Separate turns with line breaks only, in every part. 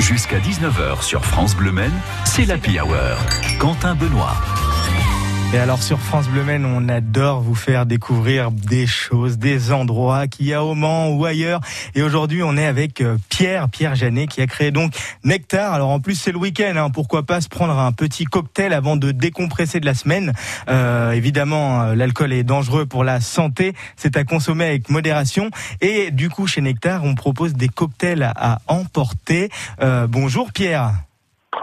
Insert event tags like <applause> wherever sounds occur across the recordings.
Jusqu'à 19h sur France Bleu Men, c'est l'Happy Hour. Quentin Benoît.
Et alors sur France Bleu Maine, on adore vous faire découvrir des choses, des endroits qu'il y a au Mans ou ailleurs. Et aujourd'hui, on est avec euh, Pierre, Pierre Janet, qui a créé donc Nectar. Alors en plus, c'est le week-end, hein, pourquoi pas se prendre un petit cocktail avant de décompresser de la semaine. Euh, évidemment, euh, l'alcool est dangereux pour la santé, c'est à consommer avec modération. Et du coup, chez Nectar, on propose des cocktails à emporter. Euh, bonjour Pierre.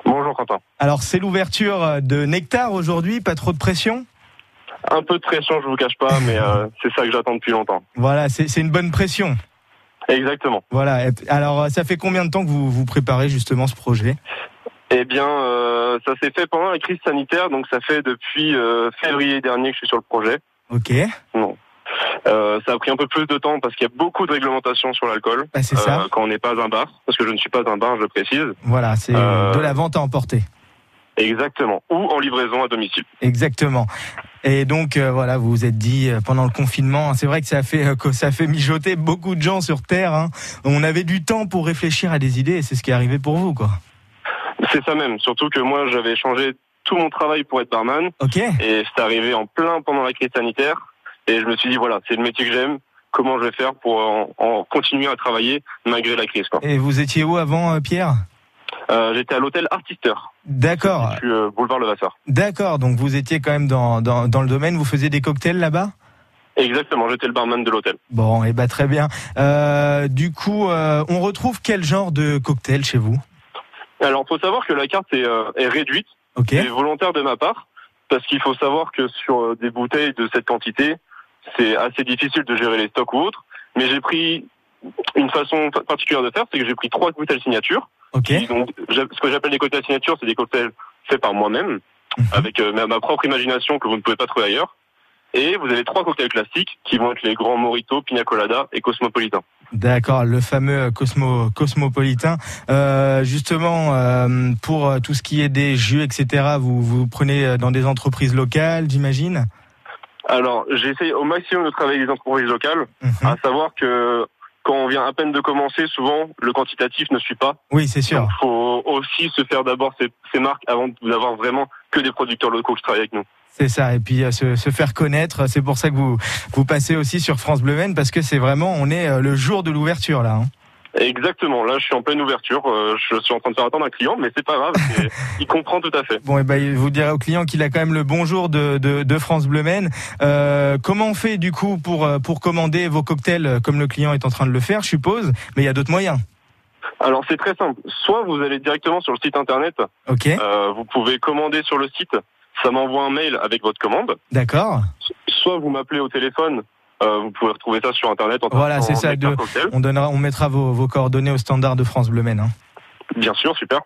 Bonjour Quentin.
Alors c'est l'ouverture euh, de Nectar aujourd'hui, pas trop de pression
Un peu de pression, je vous cache pas,
<laughs>
mais euh, c'est ça que j'attends depuis longtemps.
Voilà, c'est c'est une bonne pression.
Exactement.
Voilà. Et p- Alors, euh, ça fait combien de temps que vous vous préparez justement ce projet
Eh bien, euh, ça s'est fait pendant la crise sanitaire, donc ça fait depuis euh, février dernier que je suis sur le projet.
Ok,
Euh, ça a pris un peu plus de temps parce qu'il y a beaucoup de réglementations sur l'alcool
bah, c'est ça.
euh, quand on n'est pas un bar, parce que je ne suis pas un bar, je le précise.
Voilà, c'est
euh,
de la vente à emporter.
Exactement. Ou en livraison à domicile.
Exactement. Et donc euh, voilà, vous vous êtes dit euh, pendant le confinement, hein, c'est vrai que ça a fait euh, que ça a fait mijoter beaucoup de gens sur Terre. hein. On avait du temps pour réfléchir à des idées, et c'est ce qui est arrivé pour vous, quoi.
C'est ça même. Surtout que moi, j'avais changé tout mon travail pour être barman.
Ok.
Et c'est arrivé en plein pendant la crise sanitaire. Et je me suis dit, voilà, c'est le métier que j'aime. Comment je vais faire pour en, en continuer à travailler malgré la crise quoi.
Et vous étiez où avant, euh, Pierre
Euh, J'étais à l'hôtel Artisteur,
D'accord,
je suis euh, boulevard Levasseur.
d'accord. Donc vous étiez quand même dans, dans, dans le domaine, vous faisiez des cocktails là-bas
Exactement, j'étais le barman de l'hôtel.
Bon, et bah très bien. Euh, du coup, euh, on retrouve quel genre de cocktail chez vous
Alors, faut savoir que la carte est, euh, est réduite
Ok.
et volontaire de ma part, parce qu'il faut savoir que sur euh, des bouteilles de cette quantité, c'est assez difficile de gérer les stocks ou autres. Mais j'ai pris une façon pa- particulière de faire, c'est que j'ai pris trois cocktails signature.
Ok.
Et Donc, j'a- ce que j'appelle des cocktails signature, c'est des cocktails faits par moi-même,
Mhm.
avec euh, ma, ma propre imagination que vous ne pouvez pas trouver ailleurs. Et vous avez trois cocktails classiques qui vont être les grands Morito, Pina Colada et Cosmopolitan.
D'accord, le fameux cosmo, cosmopolitain. Euh, justement, euh, pour euh, tout ce qui est des jus, etc., vous vous prenez euh, dans des entreprises locales, j'imagine
Alors, j'essaie au maximum de travailler avec les entreprises locales,
Mhm.
à savoir que quand on vient à peine de commencer, souvent, le quantitatif ne suit pas.
Oui, c'est sûr.
Donc, faut aussi se faire d'abord ces, ces marques avant d'avoir vraiment que des producteurs locaux qui travaillent avec nous.
C'est ça, et puis euh, se, se faire connaître, c'est pour ça que vous vous passez aussi sur France Bleu Maine, parce que c'est vraiment, on est euh, le jour de l'ouverture là. hein.
Exactement. Là, je suis en pleine ouverture. euh, je suis en train de faire attendre un client, mais c'est
<laughs>
pas grave. c'est- il comprend tout à fait.
Bon, et ben vous direz au client qu'il a quand même le bonjour de, de, de France Bleu Maine. Euh, comment on fait du coup pour euh, pour commander vos cocktails euh, comme le client est en train de le faire, je suppose, mais il y a d'autres moyens.
Alors c'est très simple. Soit vous allez directement sur le site internet,
Ok,
euh, vous pouvez commander sur le site, ça m'envoie un mail avec votre commande.
d'accord.
Soit vous m'appelez au téléphone, euh, vous pouvez retrouver ça sur internet en
Voilà,
tapant
c'est ça,
Nectar
de-
Cocktail.
On donnera, on mettra vos, vos coordonnées au standard de France Bleu Maine. hein.
Bien sûr, super.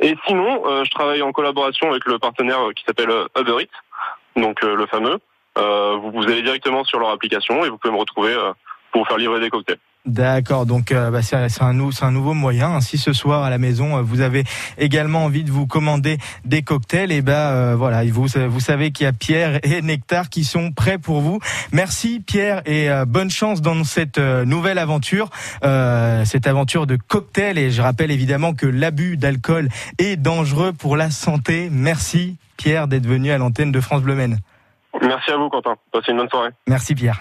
Et sinon, euh, je travaille en collaboration avec le partenaire euh, qui s'appelle euh, Uber Eats, donc euh, le fameux. Euh, vous, vous allez directement sur leur application et vous pouvez me retrouver euh, pour vous faire livrer des cocktails.
D'accord, donc euh, bah, c'est c'est un, nou- c'est un nouveau moyen. hein. Si ce soir à la maison euh, vous avez également envie de vous commander des cocktails, et ben euh, voilà, vous, vous savez qu'il y a Pierre et Nectar qui sont prêts pour vous. Merci Pierre et euh, bonne chance dans cette euh, nouvelle aventure, euh, cette aventure de cocktail. Et je rappelle évidemment que l'abus d'alcool est dangereux pour la santé. Merci Pierre d'être venu à l'antenne de France Bleu Maine.
Merci à vous, Quentin. Passez une bonne soirée.
Merci Pierre.